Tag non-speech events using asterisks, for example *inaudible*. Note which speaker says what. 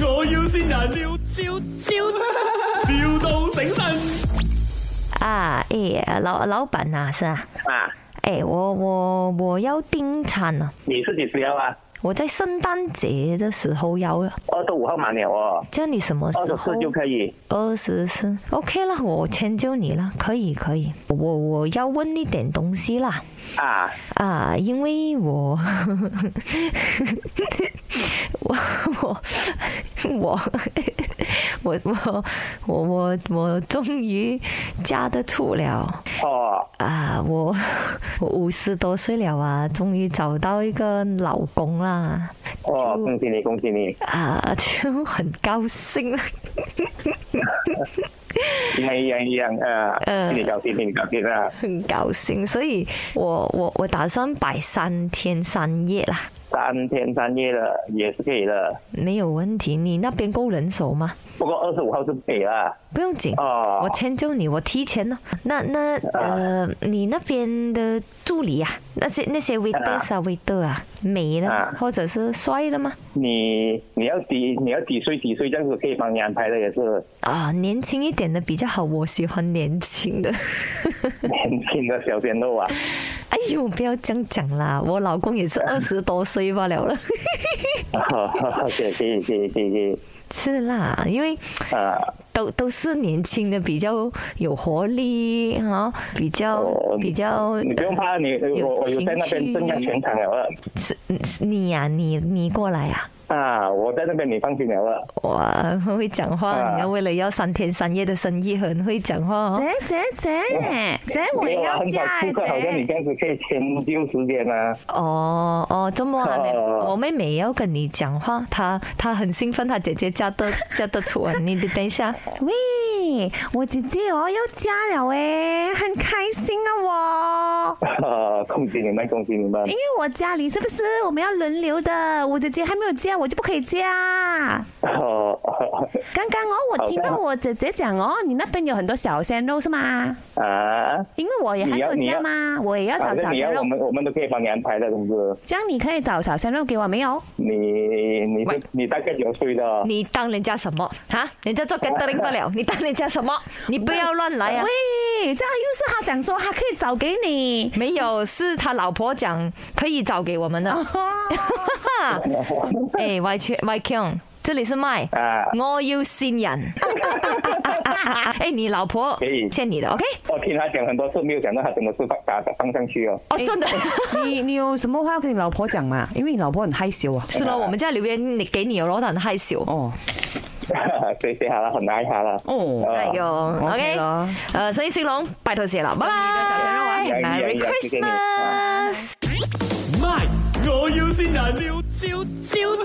Speaker 1: 要先人，笑笑笑，,笑到醒神。
Speaker 2: 啊，哎、老老板啊，是啊，
Speaker 3: 啊，
Speaker 2: 哎、我我我要订餐啊，
Speaker 3: 你是几时要啊？
Speaker 2: 我在圣诞节的时候要了，
Speaker 3: 二十五号满了哦，
Speaker 2: 叫你什么
Speaker 3: 二
Speaker 2: 时
Speaker 3: 十
Speaker 2: 候
Speaker 3: 四？就可以。
Speaker 2: 二十四，OK 了，我迁就你了，可以可以，我我要问一点东西啦，
Speaker 3: 啊，
Speaker 2: 啊，因为我 *laughs* 我我我我我我我我终于嫁得出了。
Speaker 3: 哦，
Speaker 2: 啊，我我五十多岁了啊，终于找到一个老公啦，
Speaker 3: 哦，
Speaker 2: 就
Speaker 3: 恭喜你，恭
Speaker 2: *laughs*
Speaker 3: 喜你！
Speaker 2: 啊，就很高兴啦。 *laughs*
Speaker 3: 一样一样一样，
Speaker 2: 呃
Speaker 3: 啊，替你高兴，替你高兴啊！
Speaker 2: 很高兴，所以我我我打算摆三天三夜啦，
Speaker 3: 三天三夜了，也是可以的。
Speaker 2: 没有问题。你那边够人手吗？
Speaker 3: 不过二十五号是北了，
Speaker 2: 不用紧，
Speaker 3: 哦
Speaker 2: 我迁就你，我提前了。那那呃，你那边的助理啊，那些那些 waiters 啊 waiter 啊，美的吗
Speaker 3: 啊
Speaker 2: 或者是帅的吗？
Speaker 3: 你你要几你要几岁几岁这样子可以帮你安排的也是
Speaker 2: 啊，年轻一点的比较好，我喜欢年轻的。
Speaker 3: 年轻的小鲜肉啊！ *laughs*
Speaker 2: 哎呦，不要这样讲啦，我老公也是二十多岁罢了 *laughs* 了。
Speaker 3: 谢谢谢谢谢谢
Speaker 2: 是啦，因为
Speaker 3: 啊！
Speaker 2: 都都是年轻的，比较有活力啊，比较
Speaker 3: 哦
Speaker 2: 比较。
Speaker 3: 你不用怕，你
Speaker 2: 呃有
Speaker 3: 我我有在那
Speaker 2: 情趣
Speaker 3: 边镇压全场了啊
Speaker 2: 是是你呀、你你过来呀、
Speaker 3: 啊！我在那边你放心了啊！
Speaker 2: 哇，很会讲话，
Speaker 3: 啊
Speaker 2: 你要为了要三天三夜的生意，很会讲话
Speaker 4: *laughs*
Speaker 2: 哦。
Speaker 4: 姐姐姐姐，我
Speaker 3: 没有啊，
Speaker 4: 要
Speaker 3: 很少
Speaker 4: 嫁
Speaker 3: 顾客好像你
Speaker 4: 姐。
Speaker 3: 这样子可以迁就时间啊！
Speaker 2: 哦哦，这么啊，你
Speaker 3: 哦
Speaker 2: 我妹妹也要跟你讲话，她她很兴奋，她姐姐嫁得嫁得出啊，你你等一下。
Speaker 4: 喂，我姐姐哦要嫁了哎，很开心啊我。
Speaker 3: *laughs* 恭喜你们，恭喜你们 *laughs*
Speaker 4: 因！为我家里是不是我们要轮流的？我姐姐还没有嫁，我就不可以嫁。
Speaker 3: 哦，
Speaker 4: 刚刚哦，我听到我姐姐讲哦，你那边有很多小鲜肉是吗？
Speaker 3: 啊，
Speaker 4: 因为我也还没有嫁嘛，我也要找
Speaker 3: 反正
Speaker 4: 小
Speaker 3: 你
Speaker 4: 鲜
Speaker 3: 要
Speaker 4: 肉
Speaker 3: 我。们我们都可以帮你安排的，同志。
Speaker 4: 这样你可以找小鲜肉给我没有？
Speaker 3: 你你
Speaker 2: 喂
Speaker 3: 是你大概几多岁的？
Speaker 2: 你当人家什么哈？人家做 gathering 不了，你当人家什么？你不要乱
Speaker 4: 哎 *laughs*
Speaker 2: 来啊！
Speaker 4: 喂，这样又是他讲说他可以找给你。
Speaker 2: 没有，是他老婆讲可以找给我们的。
Speaker 4: 哦
Speaker 3: *laughs*
Speaker 2: 哈，哎，Y 圈 Y King，这里是麦，
Speaker 3: 啊
Speaker 2: 我要新人。 *laughs* 哎，你老婆
Speaker 3: 可以
Speaker 2: 骗你的，OK？
Speaker 3: *laughs* 我听他讲很多次，没有想到他真的是放打放上 *laughs* 去哦。
Speaker 2: 哦，真的。
Speaker 4: *laughs* 你你有什么话要跟你老婆讲嘛？因为你老婆很害羞啊。
Speaker 2: 是咯，我们家留言你给你有罗很害羞。
Speaker 4: 哦，
Speaker 3: 所以下啦，很爱他啦。
Speaker 4: 哦
Speaker 3: 啊
Speaker 2: 哎呦
Speaker 4: OK
Speaker 2: ，OK，
Speaker 4: 咯
Speaker 2: 呃，生意兴隆，拜托谢了，拜
Speaker 4: 小鲜肉啊
Speaker 2: 拜
Speaker 3: 哎呀
Speaker 2: ，Merry
Speaker 3: 哎呀谢谢你
Speaker 2: Christmas。
Speaker 1: 卖，我要先人，笑笑笑，